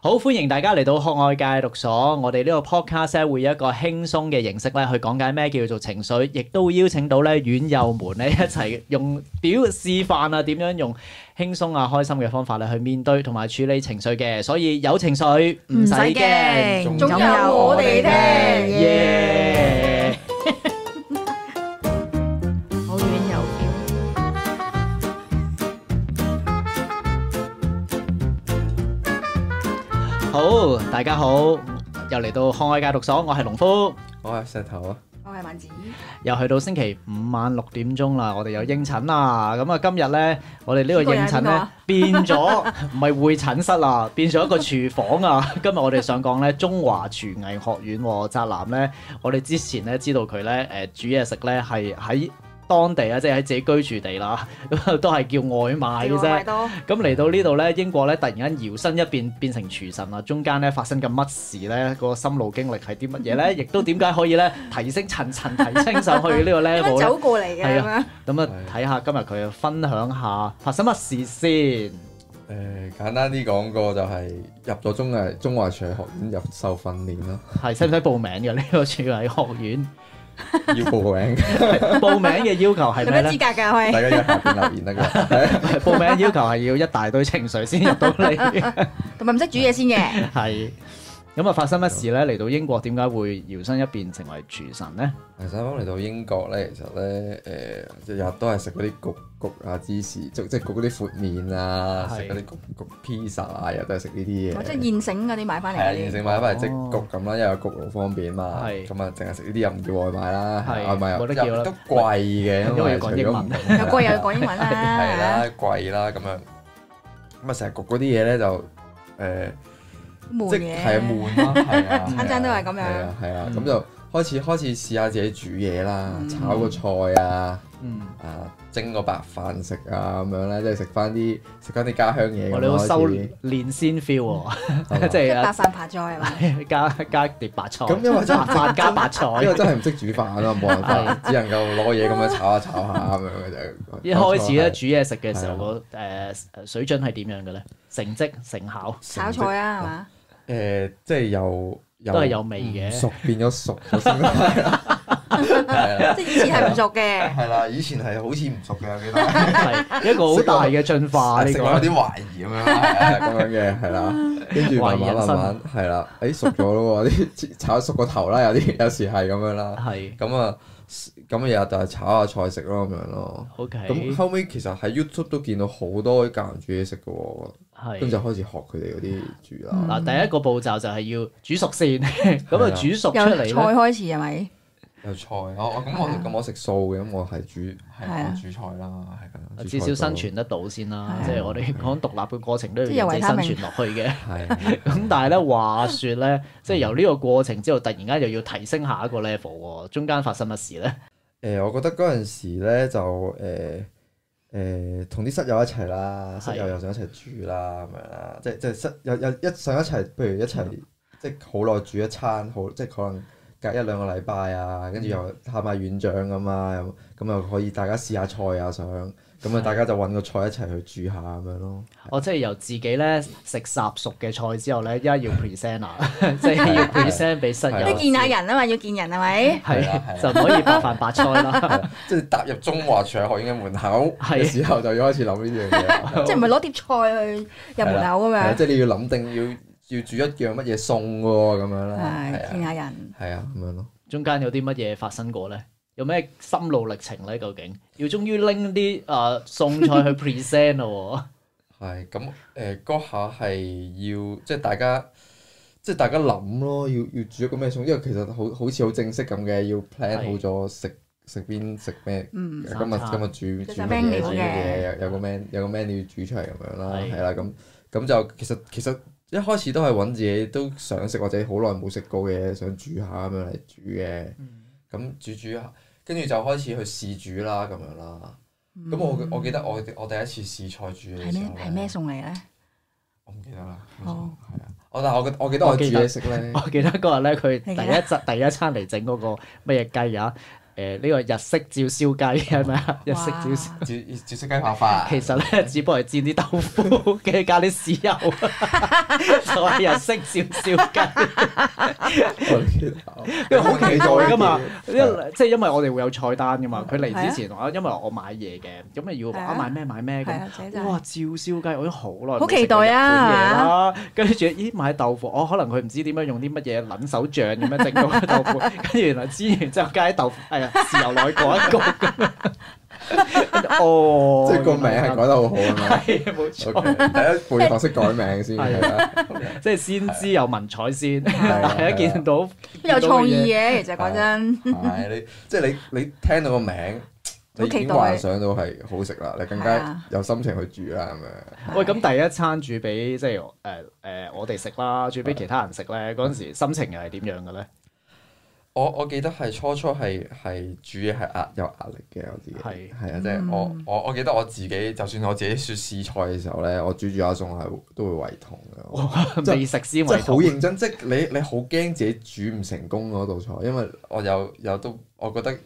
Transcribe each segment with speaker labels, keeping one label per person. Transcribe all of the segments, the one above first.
Speaker 1: 好，歡迎大家嚟到學外戒毒所。我哋呢個 podcast 咧會有一個輕鬆嘅形式咧去講解咩叫做情緒，亦都會邀請到咧院友們咧 一齊用表示範啊，點樣用輕鬆啊、開心嘅方法咧去面對同埋處理情緒嘅。所以有情緒唔使驚，
Speaker 2: 唔使驚
Speaker 1: 仲
Speaker 2: 總有我哋聽
Speaker 1: 耶！
Speaker 2: 好遠有
Speaker 1: 好，大家好，又嚟到學外戒毒所，我係農夫。
Speaker 3: 我係石頭啊，
Speaker 2: feel，我係萬子，
Speaker 1: 又去到星期五晚六點鐘啦，我哋有應診啦。咁啊，今日咧，我哋呢個應診咧變咗唔係會診室啦，變咗一個廚房啊。今日我哋想講咧，中華廚藝學院喎宅男咧，我哋之前咧知道佢咧誒煮嘢食咧係喺當地啊，即係喺自己居住地啦，咁啊都係叫外賣嘅啫。
Speaker 2: 多，
Speaker 1: 咁嚟到呢度咧，英國咧突然間搖身一變變成廚神啦，中間咧發生緊乜事咧？個心路經歷係啲乜嘢 咧？亦都點解可以咧提升層層提升上去呢個 level
Speaker 2: 點
Speaker 1: 咧？
Speaker 2: 樣走過嚟嘅
Speaker 1: 係
Speaker 2: 咁樣？
Speaker 1: 咁啊，睇下今日佢分享下發生乜事先。
Speaker 3: 誒、呃簡單啲講過就係入咗中藝中華廚藝學院入受訓練 啦，
Speaker 1: 係使唔使報名嘅呢個廚藝學 院？
Speaker 3: 要報名，
Speaker 1: 報名嘅要求係
Speaker 2: 有
Speaker 1: 咩
Speaker 2: 咩
Speaker 1: 咧
Speaker 2: 資？格㗎？喂
Speaker 3: 大，家要下邊留言 得㗎啦。係
Speaker 1: 報名要求係要一大堆情緒先入到嚟。
Speaker 2: 同埋唔識煮嘢先嘅，
Speaker 1: 係。咁啊，發生乜事咧？嚟到英國點解會搖身一變成為廚神咧？
Speaker 3: 第三方嚟到英國咧，其實咧誒，日日都係食嗰啲焗焗啊芝士，即即係焗嗰啲闊麵啊，
Speaker 1: 係
Speaker 3: 食嗰啲焗焗 pizza 啊，日日都係食呢啲
Speaker 2: 我
Speaker 3: 嘢。
Speaker 2: 即係現成嗰啲買翻嚟
Speaker 3: 係啊，
Speaker 2: 嗰
Speaker 3: 現
Speaker 2: 啲，
Speaker 3: 成買翻嚟即
Speaker 1: 哦
Speaker 3: 焗咁啦，因為焗好方便嘛。
Speaker 1: 係
Speaker 3: 咁啊，淨係食呢啲又唔叫外賣啦，
Speaker 1: 係
Speaker 3: 外賣
Speaker 1: 冇
Speaker 3: 又
Speaker 1: 得叫啦
Speaker 3: 又都貴嘅，
Speaker 1: 因為要
Speaker 3: 除
Speaker 1: 講
Speaker 3: 咗
Speaker 1: 英文
Speaker 3: 唔
Speaker 2: 有貴又要講英文
Speaker 3: 係
Speaker 2: 啦，
Speaker 3: 啦，貴啦咁樣。咁啊，成日焗嗰啲嘢咧就誒，
Speaker 2: 悶
Speaker 3: 即
Speaker 2: 嘅，
Speaker 3: 係悶 啦，係啊，
Speaker 2: 餐餐都係咁樣
Speaker 3: 係啊，係啊，
Speaker 1: 嗯
Speaker 3: 咁就開始開始試下自己煮嘢啦
Speaker 2: 嗯，
Speaker 3: 炒個菜啊，
Speaker 1: 嗯。
Speaker 3: 啊蒸個白飯食啊，咁樣咧，即係食翻啲食翻啲家鄉嘢
Speaker 1: 我哋
Speaker 3: 咁咯
Speaker 1: 好收
Speaker 3: 開始
Speaker 1: 練先 feel
Speaker 3: 係
Speaker 1: 喎，即
Speaker 3: 嘛
Speaker 2: 即係
Speaker 1: 係
Speaker 2: 白飯扒菜係嘛？
Speaker 1: 加加碟白菜，
Speaker 3: 咁因為真係
Speaker 1: 白 飯加白菜，
Speaker 3: 因為真係唔識煮飯啊，冇 辦法，只能夠攞嘢咁樣炒下炒下咁樣嘅 啫。
Speaker 1: 一開始咧煮嘢食嘅時候
Speaker 3: 係
Speaker 1: 個誒水準係點樣嘅咧？成績成效
Speaker 2: 炒菜啊係嘛？
Speaker 3: 誒，呃即係又又
Speaker 1: 都係有味嘅
Speaker 3: 唔熟變咗熟咗先 啦，係啊啦
Speaker 2: 即係以前係唔熟嘅，
Speaker 3: 係啦，以前係好似唔熟嘅，我記 得
Speaker 1: 係一個好大嘅進化呢
Speaker 3: 食落有
Speaker 1: 個。
Speaker 3: 啲懷疑咁樣啦， 咁樣嘅係啦， 跟住
Speaker 1: 懷
Speaker 3: 慢
Speaker 1: 疑
Speaker 3: 慢
Speaker 1: 人生
Speaker 3: 慢慢係啦，誒熟咗咯喎，啲炒熟個頭啦，有啲 有時係咁樣 啦，
Speaker 1: 係
Speaker 3: 咁啊咁日日就係炒下菜食咯咁樣咯。
Speaker 1: OK，
Speaker 3: 咁後尾其實喺 YouTube 都見到好多教人煮嘢食嘅喎，咁
Speaker 1: 係
Speaker 3: 就開始學佢哋嗰啲煮啦。
Speaker 1: 嗱，第一個步驟就係要煮熟先， 咁啊
Speaker 3: 係啊
Speaker 1: 煮熟出
Speaker 2: 由
Speaker 1: 嚟
Speaker 2: 菜
Speaker 1: 咧，
Speaker 2: 開始係咪？
Speaker 3: 有菜，我我咁我咁我食素嘅，咁我係煮
Speaker 2: 係啊
Speaker 3: 係我煮菜啦，係咁樣。
Speaker 1: 至少生存得到先啦。
Speaker 2: 係啊
Speaker 1: 即係我哋講獨立嘅過程都
Speaker 2: 即係有
Speaker 1: 要自己
Speaker 2: 維他
Speaker 1: 生
Speaker 2: 命
Speaker 1: 存落去嘅。
Speaker 3: 係
Speaker 1: 咁但係咧話説
Speaker 3: 嗯
Speaker 1: 咧，即係由呢個過程之後，突然間又要提升下一個 level 喎，中間發生乜事咧？
Speaker 3: 誒，我覺得嗰陣時咧就誒誒同啲室友一齊啦，
Speaker 1: 係
Speaker 3: 室友又想一齊煮啦咁樣啦，即即室有有一想一齊，譬如一齊即好耐煮一餐，好即可能隔一兩個禮拜啊，跟住又探下院長咁啊，又咁又可以大家試下菜啊，想咁啊
Speaker 1: 係
Speaker 3: 大家就揾個菜一齊去煮下咁樣咯。
Speaker 1: 我即係由自己咧食烚熟嘅菜之後咧，一係
Speaker 3: 嗯
Speaker 1: 要 present 啊， 即係要 present 俾室友
Speaker 3: 係
Speaker 2: 即
Speaker 3: 啊
Speaker 2: 係見下人啊嘛，要見人係咪？
Speaker 3: 係啊係
Speaker 1: 係
Speaker 3: 啊
Speaker 1: 就唔可以白飯白菜啦。
Speaker 3: 即係啊踏入中華廚藝學院嘅門口
Speaker 1: 係
Speaker 3: 嘅時候，就要開始諗呢樣嘢。
Speaker 2: 即係唔係攞碟菜去入門口咁
Speaker 3: 係啊
Speaker 2: 樣？
Speaker 3: 即係你要諗定要要煮一樣乜嘢餸喎，咁樣啦。
Speaker 2: 係見
Speaker 3: 係啊，
Speaker 2: 下人，
Speaker 3: 係啊，咁樣咯。
Speaker 1: 中間有啲乜嘢發生過咧？有咩心路歷程咧？究竟要終於拎啲誒餸 菜去 present 咯
Speaker 3: 係咁誒，嗰下係要即係大家，即係大家諗咯，要要煮一個咩餸，因為其實好好似好正式咁嘅，要
Speaker 1: 係
Speaker 3: plan 好咗食食邊食咩。
Speaker 2: 嗯，
Speaker 3: 今日
Speaker 1: 三餐
Speaker 3: 今日
Speaker 2: 即
Speaker 3: 煮煮
Speaker 2: 係
Speaker 3: 乜
Speaker 2: menu
Speaker 3: 嘢煮乜
Speaker 2: 嘅
Speaker 3: 嘢，有有個 men 有個 menu 煮出嚟咁樣啦，
Speaker 1: 係
Speaker 3: 係啦咁咁就其實其實一開始都係揾自己都想食或者好耐冇食過嘅嘢，想煮下咁樣嚟煮嘅。
Speaker 1: 喎？
Speaker 3: 咁煮煮下，跟住就開始去試煮啦咁樣啦。咁、我我記得我我第一次試菜煮嘅
Speaker 2: 嗯係
Speaker 3: 時
Speaker 2: 咩
Speaker 3: 候呢
Speaker 2: 係咩餸嚟咧？
Speaker 3: 我唔記得啦。
Speaker 2: 哦
Speaker 3: 係啊，我但係我記我記得我煮嘢食咧，
Speaker 1: 我記得嗰日咧，佢
Speaker 2: 你記
Speaker 1: 第
Speaker 2: 得
Speaker 1: 一集第一餐嚟整嗰個乜嘢雞啊？誒、誒呢個日式照燒雞係咪啊？日式照燒。
Speaker 3: 照照食雞扒飯，
Speaker 1: 其實咧，只不過係煎啲豆 腐，跟住加啲豉油，就係日式照燒 雞。因
Speaker 3: 因
Speaker 1: 為好期待㗎嘛，因
Speaker 3: 係
Speaker 1: 即係因為我哋會有菜單㗎嘛。佢嚟
Speaker 2: 係啊
Speaker 1: 之前，我因為我買嘢嘅，咁你要話
Speaker 2: 係啊
Speaker 1: 啊買咩買咩
Speaker 2: 係
Speaker 1: 咁。
Speaker 2: 啊，姐仔。
Speaker 1: 哇！照燒雞我已經好耐冇
Speaker 2: 好期
Speaker 1: 食過
Speaker 2: 待啊
Speaker 1: 日本嘢啦，跟住咦買豆腐，我、可能佢唔知點樣用啲乜嘢撚手醬咁樣整到個 豆腐，跟住原來煎完之後加啲豆腐，係啊豉油內過一焗咁 樣。哦，
Speaker 3: 即係個名係改得好好啊嘛。
Speaker 1: 係冇錯。
Speaker 3: O K，第一步要學識改名先，
Speaker 1: 係
Speaker 3: 係啦，
Speaker 1: 即係先知有文採先，
Speaker 3: 啊
Speaker 1: 大家見到
Speaker 2: 有創意
Speaker 1: 嘅
Speaker 2: 嘅，其實講真，
Speaker 3: 係你即係你你聽到個名，你已
Speaker 2: 好期
Speaker 3: 經
Speaker 2: 待
Speaker 3: 幻想到係好食啦，你更
Speaker 2: 係
Speaker 3: 加
Speaker 2: 啊
Speaker 3: 有心情去煮啦咁樣。
Speaker 1: 喂，咁第一餐煮俾即係誒誒我哋食啦，煮俾其他人食咧，嗰陣時心情又係點樣嘅咧？
Speaker 3: 我我記得係初初係係煮嘢係壓有壓力嘅，我自己
Speaker 1: 係
Speaker 3: 係啊，即係我我我記得我自己，就算我自己説試菜嘅時候咧，我煮煮下餸係都會胃痛嘅，即係
Speaker 1: 未食先
Speaker 3: 即
Speaker 1: 為
Speaker 3: 係好
Speaker 1: 痛，
Speaker 3: 認真，即係你你好驚自己煮唔成功嗰道菜，因為我有有都我覺得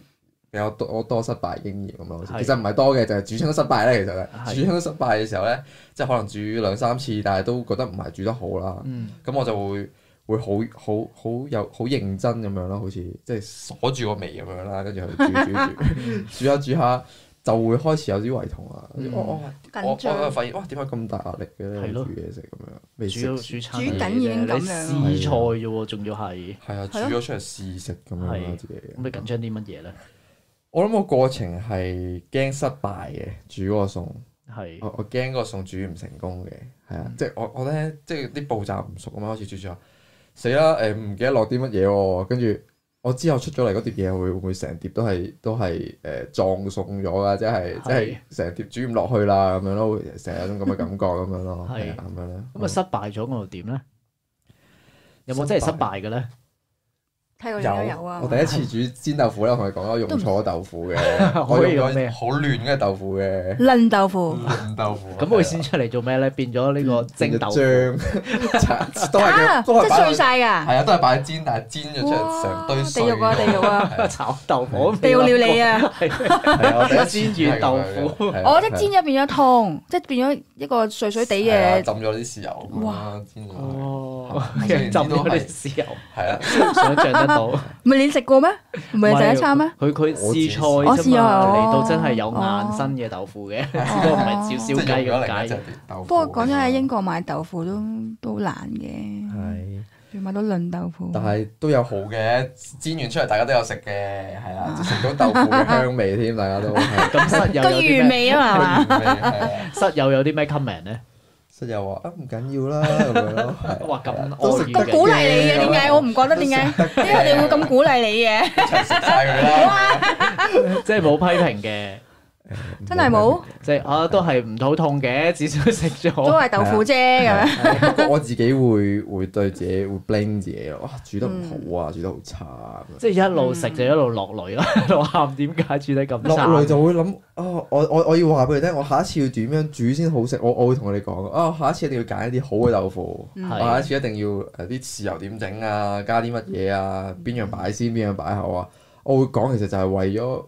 Speaker 3: 有多我多失敗經驗咁咯，
Speaker 1: 係
Speaker 3: 其實唔係多嘅，就係煮親都失敗咧，
Speaker 1: 係
Speaker 3: 其實係煮親都失敗嘅時候咧，即係可能煮兩三次，但係都覺得唔係煮得好啦。
Speaker 1: 嗯，
Speaker 3: 咁我就會會好好好有好認真咁樣咯，好似即係鎖 住個眉咁樣啦，跟住去煮煮煮煮下煮下就會開始有啲胃痛啊！
Speaker 1: 嗯
Speaker 3: 我我我
Speaker 2: 哦緊
Speaker 3: 我
Speaker 2: 張
Speaker 3: 我發現哇，點解咁大壓力嘅咧？
Speaker 1: 係咯
Speaker 3: 煮嘢食咁樣未
Speaker 1: 煮
Speaker 3: 食
Speaker 1: 煮餐
Speaker 2: 煮
Speaker 1: 嘢
Speaker 2: 緊
Speaker 1: 啫
Speaker 2: 已經咁樣
Speaker 1: 你試菜啫喎，仲要係
Speaker 3: 係啊，煮
Speaker 2: 係咯
Speaker 3: 咗出嚟試食咁樣啦
Speaker 1: 係
Speaker 3: 自己。
Speaker 1: 咁你緊張啲乜嘢咧？
Speaker 3: 我諗個過程係驚失敗嘅，煮嗰個餸，
Speaker 1: 係
Speaker 3: 我我驚嗰個餸煮唔成功嘅，
Speaker 1: 嗯
Speaker 3: 係啊，即係我我咧，即係啲步驟唔熟咁啊樣開始煮煮下，死啦誒唔記得落啲乜嘢喎，跟住我之後出咗嚟嗰碟嘢會會唔會成碟都係都係誒葬送咗啊？即係
Speaker 1: 係
Speaker 3: 即係成碟煮唔落去啦咁樣咯，會成日有種咁嘅感覺咁樣咯，
Speaker 1: 係
Speaker 3: 係啊咁樣咧。
Speaker 1: 咁啊失敗咗我又點咧？有冇真係失敗嘅咧？，
Speaker 2: 睇過你都有
Speaker 3: 有
Speaker 2: 啊
Speaker 3: 我，第一次煮煎豆腐咧，我同你講我用錯豆腐嘅 我
Speaker 1: 可以
Speaker 3: 用
Speaker 1: 用咩
Speaker 3: 咗好嫩嘅豆 腐嘅，
Speaker 2: 嫩豆腐，
Speaker 3: 嫩豆腐啊
Speaker 1: 咁佢先出嚟做咩咧？變咗呢個蒸豆腐，
Speaker 3: 漿， 都係
Speaker 2: 啊，
Speaker 3: 嘅
Speaker 2: 即
Speaker 3: 都係
Speaker 2: 係
Speaker 3: 擺落
Speaker 2: 碎晒㗎，
Speaker 3: 係啊，都係擺煎，但係煎咗出嚟成
Speaker 2: 哇！
Speaker 3: 堆
Speaker 2: 地
Speaker 3: 碎
Speaker 2: 獄啊，地獄啊，
Speaker 3: 係
Speaker 1: 炒豆 腐，
Speaker 2: 地獄料理啊！
Speaker 3: 係啊我第一
Speaker 1: 煎
Speaker 3: 次
Speaker 1: 軟豆腐
Speaker 3: 係啊
Speaker 2: 我即係煎咗變咗湯，即係變咗一個碎碎地
Speaker 3: 係啊
Speaker 2: 嘅，
Speaker 3: 浸咗啲豉油咁啦，煎咗佢
Speaker 1: 哦，
Speaker 3: 雖
Speaker 1: 浸
Speaker 3: 然
Speaker 1: 咗
Speaker 3: 知道係
Speaker 1: 啲豉油，
Speaker 3: 係啊，
Speaker 1: 想像得到。
Speaker 2: 唔係你食過咩？唔係你食一餐咩？
Speaker 1: 佢佢
Speaker 3: 我自己
Speaker 1: 試
Speaker 3: 試
Speaker 1: 菜
Speaker 2: 我試
Speaker 1: 啫
Speaker 2: 過
Speaker 1: 嘛，嚟
Speaker 2: 哦
Speaker 1: 到真係有硬身嘅豆腐嘅，只不過唔係照燒
Speaker 3: 即係
Speaker 1: 雞
Speaker 3: 用咗
Speaker 1: 咁
Speaker 3: 另一隻
Speaker 1: 解。
Speaker 3: 豆腐。
Speaker 2: 不過講真喺英國買豆腐都都難嘅，
Speaker 3: 係，
Speaker 2: 要買到嫩豆腐。
Speaker 3: 但係都有好嘅，煎完出嚟大家都有食嘅，係啦，
Speaker 2: 啊
Speaker 3: 食到豆腐嘅香味添，大家都 係。
Speaker 1: 咁室友有
Speaker 2: 個
Speaker 1: 啲咩？
Speaker 2: 魚味啊嘛係嘛，
Speaker 3: 係啊
Speaker 1: 室友有啲咩 comment 咧？
Speaker 3: 室友話啊唔緊要啦咁樣咯，係
Speaker 1: 哇咁
Speaker 3: 都食
Speaker 1: 愛
Speaker 3: 得
Speaker 2: 我
Speaker 1: 嘅
Speaker 3: 嘅
Speaker 2: 鼓勵你嘅，點解我唔覺得點解？點解佢哋會咁鼓勵你嘅？
Speaker 3: 一齊食晒佢啦，
Speaker 1: 即係冇批評嘅，
Speaker 2: 真係冇，
Speaker 1: 即係啊都係唔肚痛嘅，至少食
Speaker 2: 都
Speaker 1: 咗。
Speaker 2: 係豆腐啫咁樣。
Speaker 3: 係不過我自己會會對自己會 blame 自己咯，哇煮得唔
Speaker 2: 嗯
Speaker 3: 好啊，煮得好差啊咁樣。
Speaker 1: 即係一路食就一路落淚 啦，一路喊點解煮得咁
Speaker 3: 落
Speaker 1: 差？
Speaker 3: 淚就會諗啊！我我我要話俾你聽，我下一次要點樣煮先好食？我我會同佢哋講啊！我下一次一定要揀一啲好嘅豆腐，
Speaker 2: 嗯
Speaker 3: 我
Speaker 1: 係
Speaker 3: 下一次一定要誒啲豉油點整啊，加啲乜嘢啊，邊樣擺先，邊樣擺後啊！我會講其實就係為咗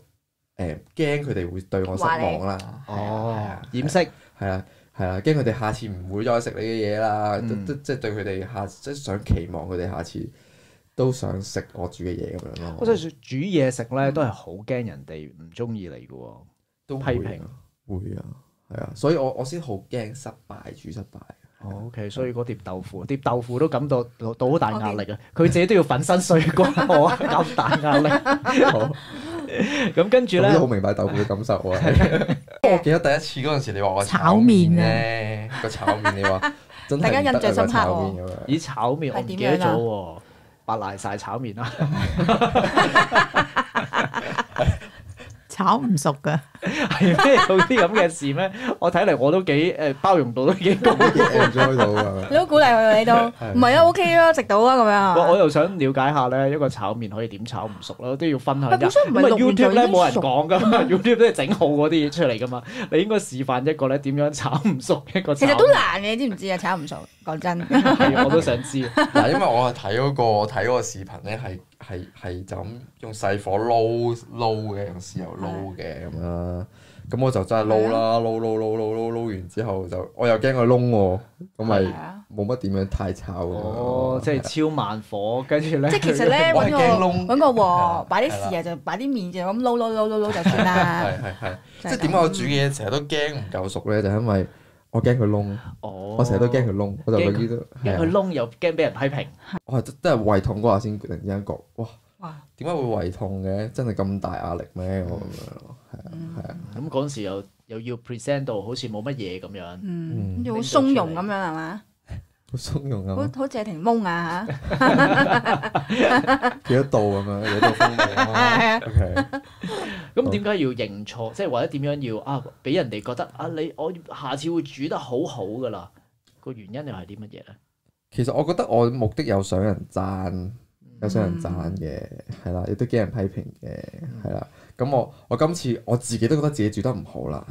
Speaker 3: 誒驚佢哋會對我失望啦。係
Speaker 1: 哦
Speaker 3: 啊，
Speaker 1: 掩飾
Speaker 3: 係啊係啊，驚佢哋下次唔會再食你嘅嘢啦，
Speaker 1: 嗯
Speaker 3: 即即即係對佢哋下即係想期望佢哋下次都想食我煮嘅嘢咁樣咯。
Speaker 1: 我真係煮嘢食咧，都係好驚人哋唔中意你嘅喎。
Speaker 3: 都
Speaker 1: 批
Speaker 3: 會
Speaker 1: 評
Speaker 3: 啊會啊，係啊，所以我我先好驚失敗，煮失敗。
Speaker 1: 哦，OK，所以嗰碟豆腐，碟豆腐都感到到好大壓力啊！佢自己都要粉身碎骨，我啊 咁大壓力。咁跟住
Speaker 3: 咁
Speaker 1: 咧
Speaker 3: 都，好明白豆腐嘅感受 啊！我記得第一次嗰陣時，你話我
Speaker 2: 炒麵
Speaker 3: 咧個炒麵，啊你話真
Speaker 2: 大家
Speaker 3: 係
Speaker 2: 印
Speaker 3: 唔得
Speaker 2: 象
Speaker 3: 啊
Speaker 2: 深
Speaker 3: 個
Speaker 2: 刻
Speaker 3: 炒
Speaker 2: 喎
Speaker 3: 麵咁樣。
Speaker 1: 咦炒麵我唔
Speaker 4: 啊
Speaker 1: 記得咗喎，啊白賴晒炒麵啦，
Speaker 4: 炒唔熟噶，
Speaker 1: 係咩有啲咁嘅事咩？我睇嚟我都幾诶包容度都幾高。
Speaker 3: enjoy 到啊！
Speaker 2: 你都鼓勵佢你都唔係啊，OK 啦，直到啊咁
Speaker 1: 我 我
Speaker 2: 樣。
Speaker 1: 又想了解下咧，一個炒面可以點炒唔熟啦，都要分享
Speaker 4: 喂
Speaker 1: 一下
Speaker 4: 本。身唔
Speaker 1: 咁
Speaker 4: 係
Speaker 1: 啊
Speaker 4: 六面就
Speaker 1: ，YouTube
Speaker 4: 已
Speaker 1: 咧冇
Speaker 4: 經
Speaker 1: 人
Speaker 4: 熟，
Speaker 1: 講噶嘛，YouTube 都係整好嗰啲嘢出嚟噶嘛。你應該示範一個咧點樣炒唔熟一個炒
Speaker 2: 其
Speaker 1: 麵。
Speaker 2: 實都難嘅，你知唔知啊？炒唔熟，講真，係
Speaker 1: 係我都想知。
Speaker 3: 嗱，因為我係睇嗰個我睇嗰個視頻咧，係係係就咁用細火撈撈嘅，用豉油撈嘅咁啦。咁我就真係撈啦，撈撈撈撈撈撈完之後就，我又驚佢燶喎，咁咪
Speaker 2: 啊。
Speaker 3: 冇乜點樣太炒嘅。
Speaker 1: 哦，
Speaker 3: 啊
Speaker 1: 即係超慢火，跟住咧，
Speaker 2: 即係其實 咧，
Speaker 3: 我
Speaker 2: 揾
Speaker 3: 係
Speaker 2: 個
Speaker 3: 驚窿
Speaker 2: 揾個鑊，擺啲
Speaker 3: 係啦
Speaker 2: 豉油就擺啲面就咁撈撈撈撈撈啊就算啦。
Speaker 3: 係係係，
Speaker 2: 就
Speaker 3: 即
Speaker 2: 係
Speaker 3: 係點解我煮嘢成日都驚唔夠熟咧？就因為我驚佢燶，
Speaker 1: 哦，
Speaker 3: 我成日都驚佢燶，我就永遠都
Speaker 1: 驚
Speaker 3: 係
Speaker 1: 佢
Speaker 3: 啊，
Speaker 1: 窿又驚俾人批評。咁
Speaker 3: 我係真係胃痛嗰下先突然之間覺，哇！
Speaker 2: 哇嗯
Speaker 3: 點解會胃痛嘅？真係咁大壓力咩？我咁樣咯，係啊係啊，
Speaker 1: 嗰陣時又又要 present 到好似冇乜嘢咁樣。
Speaker 2: 嗯，
Speaker 3: 嗯
Speaker 2: 好鬆容咁樣係嘛？
Speaker 3: 好鬆容
Speaker 2: 好
Speaker 3: 咁。
Speaker 2: 好謝霆鋒啊 嚇，
Speaker 3: 幾多度咁樣，幾多風味咁
Speaker 2: 係啊
Speaker 3: 啊？OK，
Speaker 1: 咁點解要認錯？即係或者點樣要啊？俾人哋覺得啊，你我下次會煮得好好噶啦。個原因又係啲乜嘢咧？
Speaker 3: 其實我覺得我目的有想人讚，有想人讚嘅，係啦，亦都驚人批評嘅，係啦。咁我我今次我自己都覺得自己煮得唔好啦，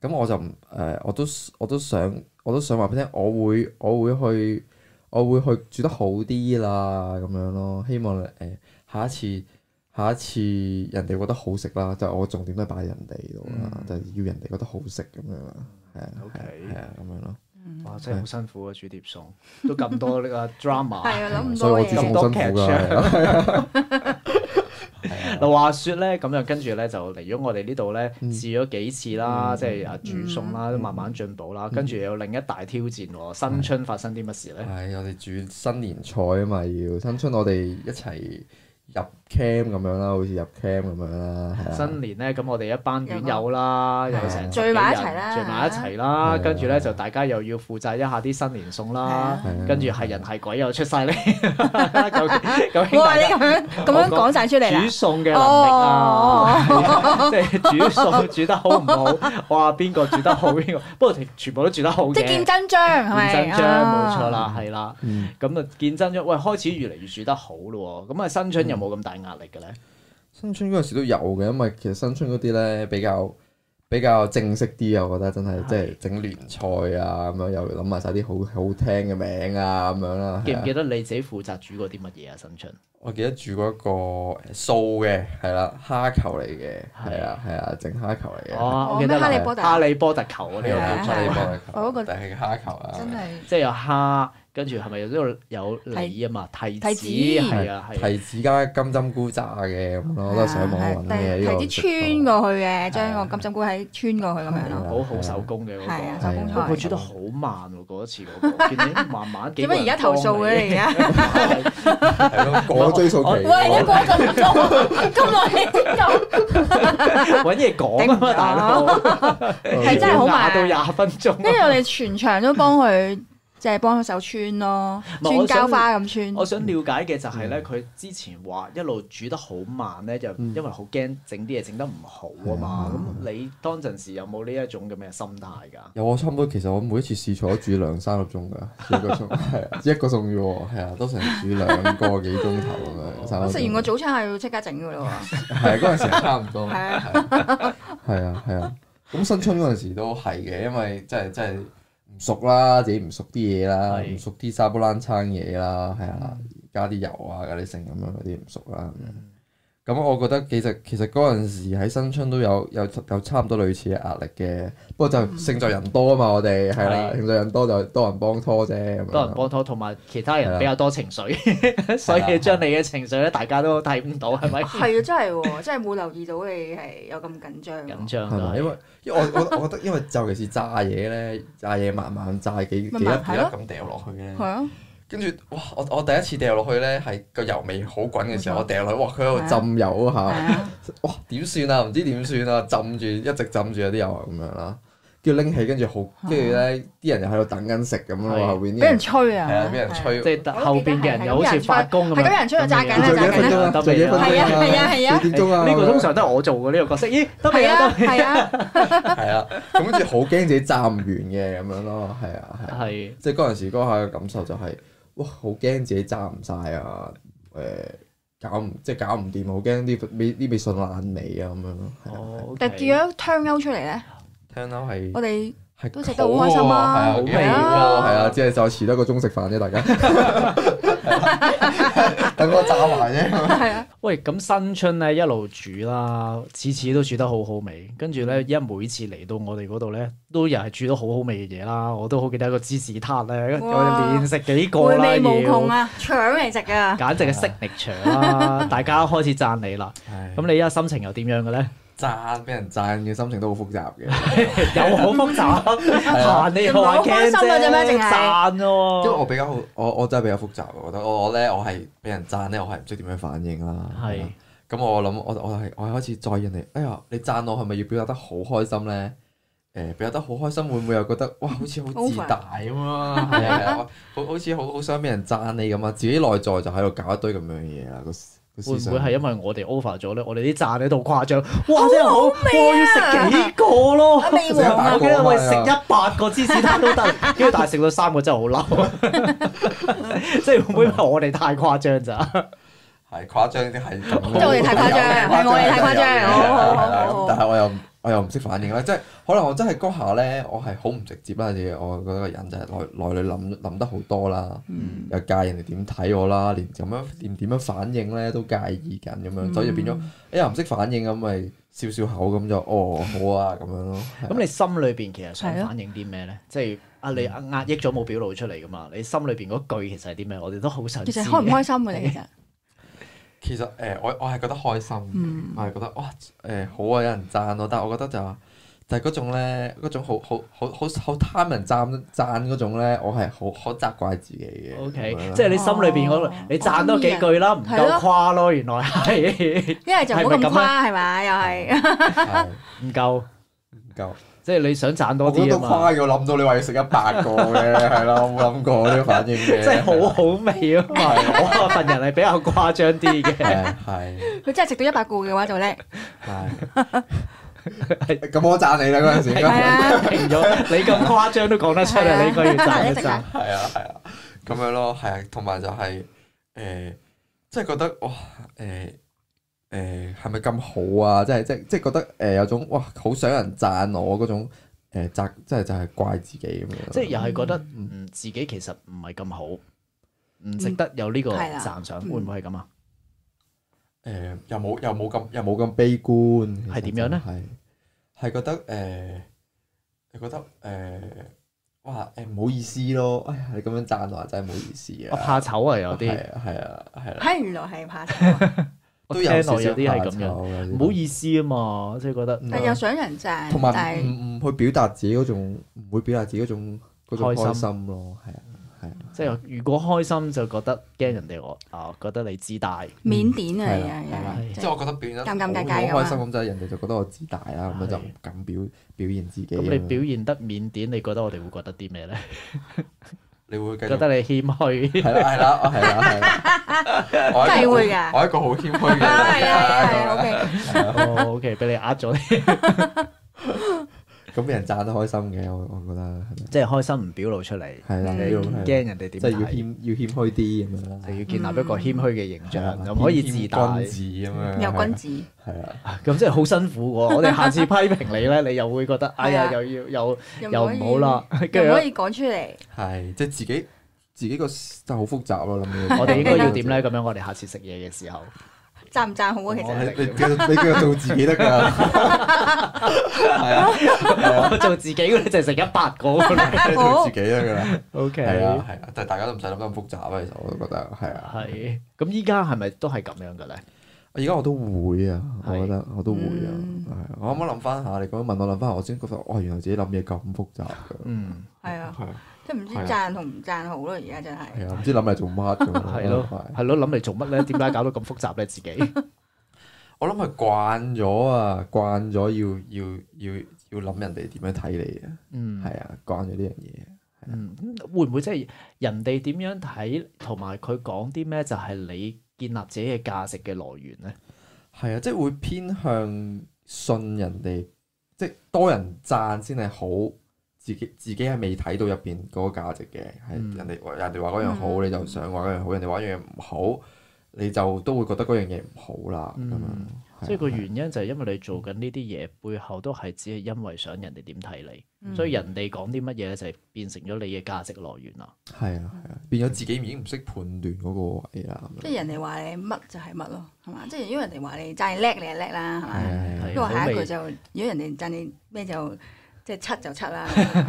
Speaker 3: 咁我就唔誒、我都我都想我都想話俾你聽，我會我會去我會去煮得好啲啦，咁樣咯。希望誒、下一次下一次人哋覺得好食啦，就我重點都擺喺人哋度啦，就要人哋覺得好食咁樣啦，係啊
Speaker 1: 嗯 OK
Speaker 3: 係啊係啊咁樣咯。
Speaker 2: 嗯
Speaker 1: 哇！真係好辛苦啊，煮碟餸都咁多呢個 drama。
Speaker 2: 係啊，諗唔
Speaker 3: 所以
Speaker 2: 到
Speaker 3: 我知
Speaker 2: 嘢。
Speaker 3: 道好辛苦㗎。啊
Speaker 1: 嗱， 話説咧，咁樣跟住咧就嚟咗我哋呢度咧試咗幾次啦，即
Speaker 2: 嗯
Speaker 1: 係啊煮餸啦，都慢慢進步啦。跟住有另一大挑戰喎，新春發生啲乜事咧？
Speaker 3: 係我哋煮新年菜啊嘛，要新春我哋一齊入 cam 咁樣啦，好似入 cam 咁樣啦，係啊啦。
Speaker 1: 新年咧，咁我哋一班院友啦，有成十幾人
Speaker 2: 聚埋一齊啦
Speaker 1: 聚埋一齊啦，
Speaker 3: 係啊
Speaker 1: 跟住咧就大家又要負責一下啲新年餸啦
Speaker 3: 係
Speaker 2: 嗯
Speaker 3: 啊，
Speaker 1: 跟住係人係鬼又出 晒嚟，究竟究竟
Speaker 2: 哇！
Speaker 1: 大
Speaker 2: 啊你
Speaker 1: 家
Speaker 2: 咁樣咁樣講晒出嚟
Speaker 1: 煮
Speaker 2: 啦，
Speaker 1: 餸嘅能力
Speaker 2: 哦
Speaker 1: 啊，係啊 即係煮餸煮得好唔好？哇，邊個煮得好邊個？不過全部都煮得好
Speaker 2: 即
Speaker 1: 嘅，
Speaker 2: 係見真章係咪？
Speaker 1: 見真章冇錯
Speaker 2: 啊。
Speaker 1: 啦，係啦，
Speaker 3: 嗯
Speaker 1: 咁啊見真章，喂開始越嚟越煮得好咯喎，咁啊新春有冇咁大壓力嘅咧？
Speaker 3: 新春嗰陣時都有嘅，因為其實新春嗰啲咧比較比較正式啲啊，我覺得真係即係整聯賽啊咁樣，又諗埋晒啲好好聽嘅名啊咁樣啦。
Speaker 1: 記唔
Speaker 3: 係啊
Speaker 1: 記得你自己負責煮過啲乜嘢啊？新春？
Speaker 3: 我記得煮嗰個素嘅係啦，蝦球嚟嘅係啊係啊，整蝦球嚟嘅。
Speaker 1: 哦，
Speaker 2: 哦
Speaker 1: 我記得啦
Speaker 2: 咩哈利波特
Speaker 1: 哈利波特球嗰
Speaker 3: 我
Speaker 1: 啲
Speaker 3: 哋
Speaker 1: 有
Speaker 3: 有
Speaker 1: 冇
Speaker 3: 冇
Speaker 2: 係
Speaker 1: 錯
Speaker 2: 係
Speaker 3: 睇
Speaker 1: 啊？
Speaker 3: 波
Speaker 2: 我嗰個
Speaker 3: 球？但係蝦球啊，
Speaker 2: 真係
Speaker 1: 即係有蝦，跟住係咪都有梨啊嘛？提子
Speaker 2: 提子
Speaker 1: 係啊係啊。
Speaker 3: 提子加金針菇炸嘅咁咯，我都係上網揾嘅呢個。
Speaker 2: 啊提子穿過去
Speaker 3: 啊
Speaker 2: 嘅，將個金針菇喺穿過去咁樣咯。
Speaker 1: 好好手工嘅
Speaker 2: 係啊
Speaker 1: 嗰
Speaker 2: 手
Speaker 3: 工
Speaker 1: 個，
Speaker 3: 菜
Speaker 1: 佢煮得好慢喎，嗰一次嗰個，見你慢慢幾
Speaker 2: 點
Speaker 1: 個
Speaker 2: 解而
Speaker 1: 人
Speaker 2: 家投訴
Speaker 1: 幫
Speaker 2: 嘅
Speaker 1: 你
Speaker 2: 你而家？
Speaker 3: 係咯，過咗追溯期。
Speaker 1: 我
Speaker 2: 喂，而家過 咁多咁耐你先講，
Speaker 1: 揾嘢講啊嘛，大佬
Speaker 2: 係真係好慢
Speaker 1: 要壓到廿分
Speaker 2: 跟
Speaker 1: 鐘。
Speaker 2: 住我哋全場都幫佢，即係幫手穿咯，
Speaker 1: 唔係
Speaker 2: 穿
Speaker 1: 我想
Speaker 2: 膠花咁
Speaker 1: 我想
Speaker 2: 穿。
Speaker 1: 了解嘅就係咧，佢之前話一路煮得好慢咧，就因為好驚整啲嘢整得唔好啊嘛。咁你當陣時有冇呢一種咁嘅心態㗎？
Speaker 3: 有我差唔多，其實我每一次試菜都煮兩三個鐘㗎，一個鐘係啊，一個餸啫喎，係啊，都成煮兩個幾鐘頭咁樣，三個
Speaker 2: 我
Speaker 3: 鐘
Speaker 2: 食完個早餐係要即刻整噶 咯喎，
Speaker 3: 係嗰陣時差唔多，
Speaker 2: 係
Speaker 3: 係
Speaker 2: 啊，
Speaker 3: 啊係啊，咁新春嗰陣時都係嘅，因為真係真係唔熟啦，自己唔熟啲嘢啦，
Speaker 1: 係嗯
Speaker 3: 唔熟啲沙煲冷餐嘢啦，係啊，加啲油啊，加啲剩咁樣嗰啲唔熟啦。咁我覺得其實其實嗰陣時喺新春都有有有差唔多類似嘅壓力嘅，不過就勝在人多啊嘛，我哋係啦，
Speaker 1: 嗯係
Speaker 3: 勝在人多就多人幫拖啫，咁樣
Speaker 1: 多人幫拖，同埋其他
Speaker 3: 係
Speaker 1: 人
Speaker 3: 啦
Speaker 1: 比較多情緒，所以將你嘅情緒咧，大家都睇唔到，係咪？
Speaker 2: 係啊，真係喎，真係冇留意到你係有咁緊張喎。
Speaker 1: 緊張
Speaker 3: 係咪？
Speaker 1: 㗎，
Speaker 3: 因為因為我我我覺得因為尤其是炸嘢咧，炸嘢慢慢炸幾幾粒
Speaker 2: 慢
Speaker 3: 幾
Speaker 2: 慢係
Speaker 3: 粒
Speaker 2: 咯
Speaker 3: 咁掉落去咧
Speaker 2: 係，啊，
Speaker 3: 跟住哇！我我第一次掉落去咧，係個油味好滾嘅時候，
Speaker 2: 冇錯
Speaker 3: 我掉落去，哇！佢喺度浸油嗰
Speaker 2: 係
Speaker 3: 下，
Speaker 2: 啊，
Speaker 3: 哇！點算啊？唔知點算啊？浸住一直浸住有啲油啊咁樣啦。跟住拎起，跟住好，跟住咧啲人又喺度等緊食咁咯，
Speaker 1: 係
Speaker 3: 後邊啲
Speaker 2: 俾人
Speaker 3: 人
Speaker 2: 吹啊！
Speaker 3: 係啊，俾人吹。
Speaker 1: 即係後邊嘅人又好似發功咁
Speaker 2: 係咁有
Speaker 1: 樣。
Speaker 2: 人吹就炸緊
Speaker 3: 你
Speaker 2: 啦，炸
Speaker 3: 做
Speaker 2: 緊
Speaker 3: 幾多分
Speaker 2: 啦！
Speaker 3: 鐘啊？
Speaker 1: 得
Speaker 3: 做幾
Speaker 1: 未
Speaker 3: 多
Speaker 1: 啊
Speaker 3: 分
Speaker 2: 係啊係啊係
Speaker 3: 鐘啊？
Speaker 2: 啊
Speaker 3: 幾點鐘啊？
Speaker 1: 呢個通常都係我做嘅呢個角色。咦，得未
Speaker 2: 係
Speaker 1: 啊？
Speaker 2: 啊
Speaker 1: 得未？
Speaker 2: 係啊，
Speaker 3: 係啊，咁跟住好驚自己站唔完嘅咁樣咯，係啊係啊。
Speaker 1: 係
Speaker 3: 即係嗰陣時嗰下嘅感受就係、哇，好驚自己揸唔晒啊！誒、搞唔即係搞唔掂，好驚呢味呢味順爛尾啊咁樣咯。係啊
Speaker 1: 哦，
Speaker 2: 但係如果 turn out 出 嚟咧，
Speaker 3: 聽到係
Speaker 2: 我哋
Speaker 3: 係
Speaker 2: 都食得好開心啊
Speaker 3: 好喎係啊，
Speaker 2: 好味
Speaker 3: 幾好喎
Speaker 2: 啊
Speaker 3: 係啊，只係就遲多一個鐘食飯啫，大家。 等我炸埋啫。
Speaker 2: 係 啊，
Speaker 1: 喂，咁新春咧一路煮啦，次次
Speaker 2: 嗯
Speaker 1: 都煮得好好味。跟住咧，一每次嚟到我哋嗰度咧，都又係煮得好好味嘅嘢啦。我都好記得一個芝士撻咧，我哋
Speaker 2: 哇
Speaker 1: 連食幾個
Speaker 2: 回
Speaker 1: 啦，
Speaker 2: 味無窮
Speaker 1: 要
Speaker 2: 啊，搶嚟食啊！
Speaker 1: 簡直係悉力場 啦！大家開始讚你啦。咁
Speaker 3: 咁
Speaker 1: 你而家心情又點樣嘅 咧？
Speaker 3: 讚俾人讚嘅心情都好複雜嘅，
Speaker 1: 又好複雜， 彈你又話
Speaker 2: 唔係好開
Speaker 1: can
Speaker 2: 心啊啫咩
Speaker 1: 啫，
Speaker 2: 淨係
Speaker 1: 讚
Speaker 3: 因為我
Speaker 1: 喎。
Speaker 3: 比較好，我我真係比較複雜，我覺得我我咧我係俾人讚咧，我係唔知點樣反應啦。係
Speaker 1: 係
Speaker 3: 啊。咁我諗，我我係我係開始在意人哋，哎呀，你讚我係咪要表達得好開心咧？誒、表達得好開心，會唔會又覺得哇，好似好自大咁啊？係啊係啊，好好似好好想俾人讚你咁啊！自己內在就喺度搞一堆咁樣嘅嘢啊啦，個思個
Speaker 1: 會唔
Speaker 3: 思想
Speaker 1: 會係因為我哋 over 咗咧？我哋啲讚喺度誇張，哇！真係好，我要食幾個咯
Speaker 2: 啊，未
Speaker 3: 食一
Speaker 2: 黃
Speaker 3: 百
Speaker 2: 啊
Speaker 1: 我
Speaker 3: 個！
Speaker 1: 記得我哋食一百個芝士撻都得，啊 跟住但係食到三個真係好嬲，即係會唔會因為我哋太誇張咋？
Speaker 3: 係誇張啲係咁，
Speaker 2: 即係我哋太誇張係我哋太誇張好好好好
Speaker 3: 但係我又我又唔識反應啦，即係可能我真係嗰下咧，我係好唔直接啦，自己我覺得個人就係內內裏諗諗得好多啦，又介意人哋點睇我啦，連咁樣連點樣反應咧都介意緊咁樣，所以變咗哎呀唔識反應咁咪笑笑口咁就哦好啊咁樣咯。係
Speaker 1: 咁你心裏邊其實想
Speaker 2: 係咯
Speaker 1: 反映啲咩咧？即係啊，你
Speaker 3: 嗯
Speaker 1: 壓壓抑咗冇表露出嚟噶嘛？你心裏邊嗰句其實係啲咩？我哋都好想
Speaker 2: 其
Speaker 1: 知
Speaker 2: 實
Speaker 1: 嘅。
Speaker 2: 開唔開心啊嘅你其實，
Speaker 3: 其實誒、呃我我係覺得開心嘅，
Speaker 2: 嗯
Speaker 3: 我係覺得哇誒、呃好啊，有人讚我，但係我覺得就係就係嗰種咧，嗰種好好好好好貪人讚讚嗰種咧，我係好好責怪自己嘅。
Speaker 1: O K，
Speaker 3: 咁樣啦
Speaker 1: 即係你心裏邊嗰
Speaker 2: 哦
Speaker 1: 度，你讚多幾句啦，唔
Speaker 2: 係
Speaker 1: 夠
Speaker 2: 咯
Speaker 1: 誇咯，原來係
Speaker 2: 一係就唔好
Speaker 1: 係咪
Speaker 2: 咁誇
Speaker 1: 咁啊
Speaker 2: 係嘛，又係。
Speaker 3: 係
Speaker 1: 唔夠，
Speaker 3: 唔夠。
Speaker 1: 即係你想讚
Speaker 3: 我
Speaker 1: 多
Speaker 3: 覺得
Speaker 1: 啲啊
Speaker 3: 都
Speaker 1: 嘛，
Speaker 3: 誇嘅，我諗到你話要食一百個嘅， 係啦，我冇諗過呢個反應嘅。
Speaker 1: 即係好 好味啊嘛。我份人係比較誇張啲 嘅，
Speaker 3: 係係
Speaker 2: 佢真係食到一百個嘅話就叻，
Speaker 3: 係。 咁我讚你啦嗰陣時應該。
Speaker 2: 係啊，
Speaker 1: 停咗你咁誇張都講得出
Speaker 2: 係
Speaker 1: 啊！
Speaker 2: 啊
Speaker 1: 你應該要讚 一
Speaker 2: 一直
Speaker 1: 讚
Speaker 2: 啊。
Speaker 3: 係啊係啊，咁樣咯，係啊，同埋就係、誒、即係覺得哇誒誒係咪咁好啊？即係即係即係覺得誒、有種哇好想人讚我嗰種誒責，即係就係怪自己咁樣。
Speaker 1: 即係又係覺得
Speaker 3: 嗯
Speaker 1: 嗯自己其實唔係咁好，唔值得有呢個
Speaker 2: 係啦
Speaker 1: 讚賞，
Speaker 2: 嗯
Speaker 1: 會唔會係咁啊？
Speaker 3: 誒、又冇又冇咁又冇咁悲觀，其實
Speaker 1: 係點樣呢
Speaker 3: 就係係覺得誒、你覺得誒、哇誒唔好意思咯，哎呀你咁樣讚我真係唔好意思啊，
Speaker 1: 我怕醜啊，有啲
Speaker 3: 係啊係啊係啊，
Speaker 2: 係原來係怕醜，
Speaker 1: 我
Speaker 3: 都
Speaker 1: 聽
Speaker 3: 有
Speaker 1: 落
Speaker 3: 少
Speaker 1: 有
Speaker 3: 少
Speaker 1: 啲係
Speaker 3: 怕
Speaker 1: 咁樣，
Speaker 3: 醜嘅
Speaker 1: 唔好意思啊嘛，即係覺得
Speaker 3: 嗯
Speaker 2: 但又想人讚，
Speaker 3: 同
Speaker 2: 但
Speaker 3: 埋
Speaker 2: 係
Speaker 3: 唔唔嗯去表達自己嗰種，唔會表達自己嗰種嗰種
Speaker 1: 開心
Speaker 3: 開心咯，係啊係啊，
Speaker 1: 即係如果開心就覺得驚人哋我啊，覺得你自大。
Speaker 2: 緬甸啊，
Speaker 3: 係啦
Speaker 2: 係
Speaker 3: 係
Speaker 2: 啊
Speaker 3: 啦
Speaker 1: 係，
Speaker 3: 即
Speaker 2: 即
Speaker 3: 係
Speaker 2: 係
Speaker 3: 我覺得表現得
Speaker 2: 尷尷尬尬啊㗎
Speaker 3: 好
Speaker 2: 嘛
Speaker 3: 好開心咁，就係人哋就覺得我自大啦，咁樣
Speaker 1: 係
Speaker 3: 就唔敢表表現自己。啊
Speaker 1: 咁你表，現得腼腆，你覺得我哋會覺得啲咩咧？
Speaker 3: 你會繼
Speaker 1: 覺
Speaker 3: 續
Speaker 1: 得你謙 虛，
Speaker 3: 係啦係啦係啦係啦，我
Speaker 2: 真
Speaker 3: 係一
Speaker 2: 係
Speaker 3: 個
Speaker 2: 會㗎
Speaker 3: 我係一個好謙虛嘅
Speaker 2: 係啊 係啊 係啊
Speaker 3: 人，
Speaker 2: ，OK，
Speaker 1: 哦，OK，俾你呃咗啲，
Speaker 3: 咁俾人讚得開心嘅，我我覺得
Speaker 1: 即係開心唔表露出嚟，
Speaker 3: 係啦，
Speaker 2: 嗯
Speaker 3: 呢種係
Speaker 1: 嗯驚人哋點
Speaker 3: 即係要
Speaker 1: 睇，
Speaker 3: 謙要謙虛啲咁樣啦，啊
Speaker 1: 就要建立
Speaker 2: 嗯
Speaker 1: 一個謙虛嘅形
Speaker 3: 係
Speaker 1: 象，
Speaker 3: 啦
Speaker 1: 又唔可以自大。
Speaker 3: 謙君子咁樣，
Speaker 2: 有君子，
Speaker 3: 係啊，
Speaker 1: 咁真係好辛苦 喎！我哋下次批評你咧，你又會覺得哎呀，
Speaker 2: 係啊
Speaker 1: 又要又
Speaker 2: 又
Speaker 1: 又
Speaker 2: 可以
Speaker 1: 唔好，啦，
Speaker 2: 又
Speaker 1: 跟
Speaker 2: 唔
Speaker 1: 住
Speaker 2: 可 以講出嚟，
Speaker 3: 係即係自己自己個真係好複雜咯，諗起
Speaker 1: 我哋應該要點咧？咁樣我哋下次食嘢嘅時 候，
Speaker 2: 讚唔讚好啊？其
Speaker 1: 我
Speaker 2: 實
Speaker 1: 係
Speaker 3: 哦你哦繼續你繼續做自己 得㗎，係啊，
Speaker 1: 我做自己嗰啲就係食一百個㗎啦。
Speaker 3: 繼續做自己得㗎啦，係啊
Speaker 1: ，OK，
Speaker 3: 係啊，但係大家都唔使諗得咁複雜啊，其實我都覺得係啊，
Speaker 1: 係。咁依家係咪都係咁樣嘅咧？
Speaker 3: 而家我都會啊，我
Speaker 1: 係
Speaker 3: 覺得我都會啊，
Speaker 2: 嗯
Speaker 3: 係啊我啱啱諗翻下，你咁樣問我諗翻下，我先覺得哦哇，原來自己諗嘢咁複雜㗎，
Speaker 1: 嗯，
Speaker 2: 係啊，
Speaker 3: 係啊
Speaker 2: 即係唔知
Speaker 3: 係啊
Speaker 2: 讚同唔讚好咯，而家真係。
Speaker 3: 係啊，唔知諗嚟做乜咁 樣，
Speaker 1: 嗯
Speaker 3: 啊
Speaker 1: 係咯，係咯，諗嚟做乜咧？點解搞到咁複雜咧？自己
Speaker 3: 我諗係慣咗啊，慣咗要要要要要諗人哋點樣睇你嘅，
Speaker 1: 嗯，
Speaker 3: 係啊，慣咗呢樣嘢。
Speaker 1: 嗯，會唔會即係人哋點樣睇，同埋佢講啲咩，就係你建立自己嘅價值嘅來源咧？
Speaker 3: 係啊，即係會偏向信人哋，即係多人讚先係好，自己自己係未睇到入邊嗰個價值嘅，係、
Speaker 1: 嗯
Speaker 3: 人哋話人哋話嗰樣好，
Speaker 2: 嗯
Speaker 3: 你就想話嗰樣好；人哋話嗰樣唔好，你就都會覺得嗰樣嘢唔好啦咁樣。
Speaker 1: 嗯
Speaker 3: 係啊
Speaker 1: 即係個原因就係因為你做緊呢啲嘢，背後都係只係因為想人哋點睇你，
Speaker 2: 嗯
Speaker 1: 所以人哋講啲乜嘢咧，就係變成咗你嘅價值來源啦。
Speaker 3: 係啊係啊，變咗自己已經唔識判斷嗰個位啦。咁 樣
Speaker 2: 即係人哋話你乜就係乜咯，係嘛？即係如果人哋話你讚你叻，你係叻啦，係嘛？
Speaker 3: 係啊
Speaker 1: 係
Speaker 2: 不過下一句
Speaker 1: 味
Speaker 2: 就，如果人哋讚你咩就即係七就七啦，
Speaker 3: 明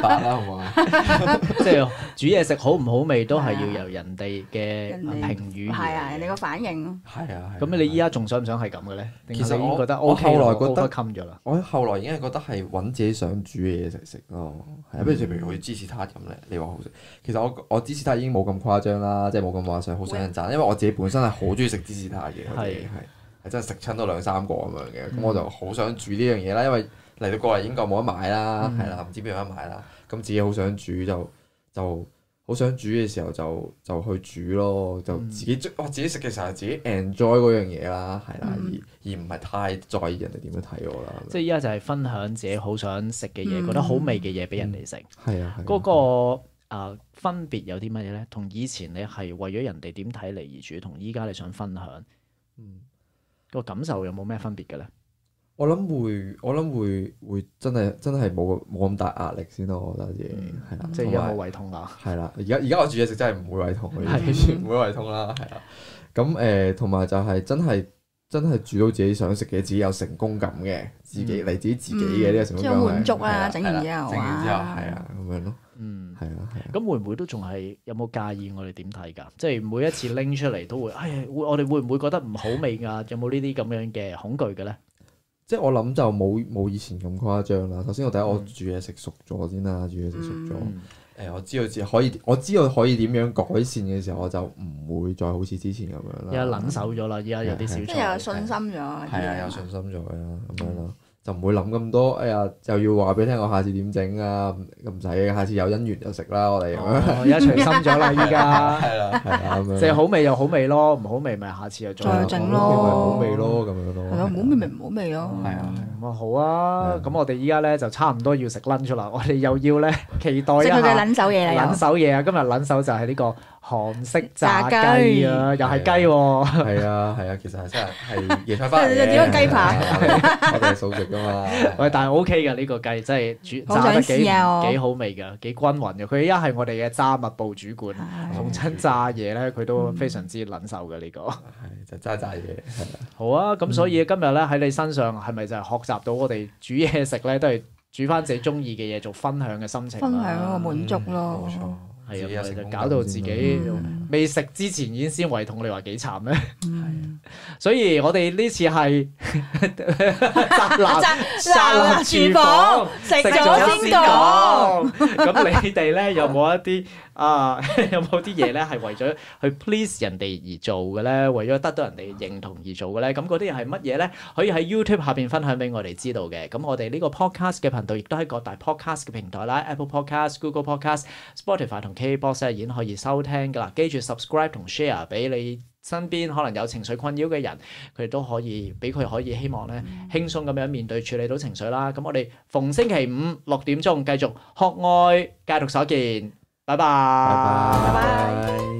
Speaker 3: 白啦，係嘛？
Speaker 1: 即係煮嘢食好唔好味，都係
Speaker 2: 係啊
Speaker 1: 要由人哋嘅
Speaker 2: 人哋
Speaker 1: 評語而
Speaker 2: 係啊，人哋
Speaker 1: 嚟嘅。
Speaker 2: 個反應咯。
Speaker 3: 係啊。係啊
Speaker 1: 咁你依家仲想唔想係咁嘅咧？定係
Speaker 3: 其實
Speaker 1: 你已經
Speaker 3: 我
Speaker 1: 覺得
Speaker 3: 我
Speaker 1: OK 啦
Speaker 3: 後來覺得
Speaker 1: overcome 咗啦。
Speaker 3: 我後來已經係覺得係揾自己想煮嘅嘢食食咯，係啊，譬如譬如好似芝士塔咁咧，你話好食，其實我我芝士塔已經冇咁誇張啦，即係冇咁話想好想人讚，因為我自己本身係好中意食芝士塔嘅，我自己係係真係食親都兩三個咁樣嘅，咁我就好想煮呢樣嘢啦，因為嚟到過嚟英國冇得買啦，係啦，唔知邊有得買啦，咁自己好想煮就就。好想煮嘅時候就就去煮咯，就自己中、我自己食嘅時候自己 enjoy 嗰樣嘢啦，係啦，
Speaker 2: 嗯
Speaker 3: 而而唔係太在意人哋點樣睇我啦。咁樣
Speaker 1: 即係依家就係分享自己好想食嘅嘢，
Speaker 2: 嗯
Speaker 1: 覺得好味嘅嘢俾人哋食。
Speaker 3: 係啊，係啊
Speaker 1: 嗰個啊分別有啲乜嘢咧？同以前你係為咗人哋點睇你而煮，同依家你想分享
Speaker 3: 嗯
Speaker 1: 個感受有冇咩分別嘅咧？
Speaker 3: 我諗會，我諗會會真係真係冇冇咁大壓力先咯，我覺得自己係啦，
Speaker 1: 嗯即係
Speaker 3: 同
Speaker 1: 有冇
Speaker 3: 埋
Speaker 1: 胃痛啊啦？
Speaker 3: 係啦，而家而家我煮嘢食真係唔會胃痛，
Speaker 1: 係
Speaker 3: 唔會胃痛啦，係啦。咁誒，同埋就係真係真係煮到自己想食嘅，自己有成功感嘅，自己
Speaker 1: 嗯
Speaker 3: 嚟自己自己嘅呢個成功
Speaker 2: 即係
Speaker 3: 感係，
Speaker 2: 有滿足啊
Speaker 3: 係啦
Speaker 2: 整完
Speaker 3: 係啦
Speaker 2: 之後
Speaker 3: 整完之後
Speaker 2: 哇
Speaker 3: 係啊，咁樣咯，
Speaker 1: 嗯，
Speaker 3: 係啊，係啊。
Speaker 1: 咁會唔會都仲係有冇介意我哋點睇㗎？即係每一次拎出嚟都會，哎呀，會我哋會唔會覺得唔好味㗎？有冇呢啲咁樣嘅恐懼嘅咧？
Speaker 3: 即係我諗就冇冇以前咁誇張啦。首先我第一我
Speaker 1: 嗯
Speaker 3: 煮嘢食熟咗先啦，煮嘢食熟咗。
Speaker 1: 嗯
Speaker 3: 誒、我知道自己可以，我知道可以點樣改善嘅時候，我就唔會再好似之前咁樣啦。
Speaker 1: 嗯而家冷手咗啦，依家有啲
Speaker 2: 即
Speaker 1: 小
Speaker 2: 係嗯有
Speaker 1: 菜。
Speaker 2: 信心咗，
Speaker 3: 係啊，有信心咗啦，咁樣咯，就唔會諗咁多。哎呀，就要話俾你聽，我下次點整啊？唔唔使嘅，下次有姻緣就食啦，我哋咁樣。
Speaker 1: 哦，而家隨心咗啦，依 家
Speaker 3: 係啦，係啦，咁樣。啊
Speaker 1: 即係好味就好味咯，唔好味咪下次又再
Speaker 2: 再整咯
Speaker 3: 好味咪好味咯，咁樣咯。
Speaker 2: 係咯，唔好味咪唔好味咯。
Speaker 3: 係啊，
Speaker 1: 咁啊好
Speaker 3: 嗯
Speaker 1: 啊，咁我哋依家咧就差唔多要食 lunch 啦， 我哋又要 咧期待一
Speaker 2: 即係佢嘅
Speaker 1: 下
Speaker 2: 撚手嘢啦，
Speaker 1: 撚
Speaker 2: 又
Speaker 1: 手嘢啊！今日撚手就係呢個韓式炸雞啊，又係雞喎，
Speaker 3: 係啊，係啊，其實係真係係椰 菜花嚟
Speaker 2: 即係
Speaker 3: 嘅。
Speaker 2: 點樣雞扒
Speaker 3: 係啊？我哋係素食噶嘛。
Speaker 1: 喂，但係 O K 嘅呢個雞真係煮
Speaker 2: 好
Speaker 1: 炸
Speaker 2: 想
Speaker 1: 得幾
Speaker 2: 試啊我
Speaker 1: 幾好味㗎，幾均勻嘅。佢一係我哋嘅炸物部主管，
Speaker 2: 係
Speaker 1: 同親炸嘢咧，佢都非常之撚手嘅呢
Speaker 3: 嗯
Speaker 1: 個。
Speaker 3: 係就齋炸嘢。
Speaker 1: 好啊，咁所
Speaker 3: 嗯
Speaker 1: 以今日咧喺你身上係咪就係學習到我哋煮嘢食咧，都係煮翻自己中意嘅嘢做分享嘅心情啦啊
Speaker 2: 分享啊個滿足
Speaker 3: 嗯冇錯
Speaker 2: 咯。，
Speaker 1: 係啊，
Speaker 3: 自己
Speaker 1: 咪
Speaker 3: 有成
Speaker 1: 就
Speaker 3: 功
Speaker 1: 搞
Speaker 3: 感
Speaker 1: 到
Speaker 3: 先
Speaker 1: 自
Speaker 3: 咯
Speaker 1: 己
Speaker 2: 嗯
Speaker 1: 未食之前已經先胃痛，你話幾慘咧？
Speaker 2: 嗯
Speaker 1: 所以我哋呢次 係宅男宅
Speaker 2: 宅
Speaker 1: 男
Speaker 2: 男
Speaker 1: 廚
Speaker 2: 廚
Speaker 1: 房
Speaker 2: 房食咗先講。
Speaker 1: 咁你哋咧有冇一啲啊？ 有冇啲嘢咧係為咗去 please 人哋而做嘅咧？為咗得到人哋認同而做嘅咧？咁嗰啲係乜嘢咧？可以喺 YouTube 下邊分享俾我哋知道嘅。咁我哋呢個 podcast 嘅頻道亦都喺各大 podcast 嘅平台啦，Apple Podcast、Google Podcast、Spotify 同 KBox 咧已經可以收聽㗎啦。記住 subscribe 同 share 俾你身邊可能有情緒困擾嘅人。佢哋都可以俾佢可以希望咧輕鬆咁樣面對處理到情緒啦。咁我哋逢星期五六點鐘繼續學愛戒毒所見，拜拜
Speaker 2: 拜
Speaker 3: 拜拜。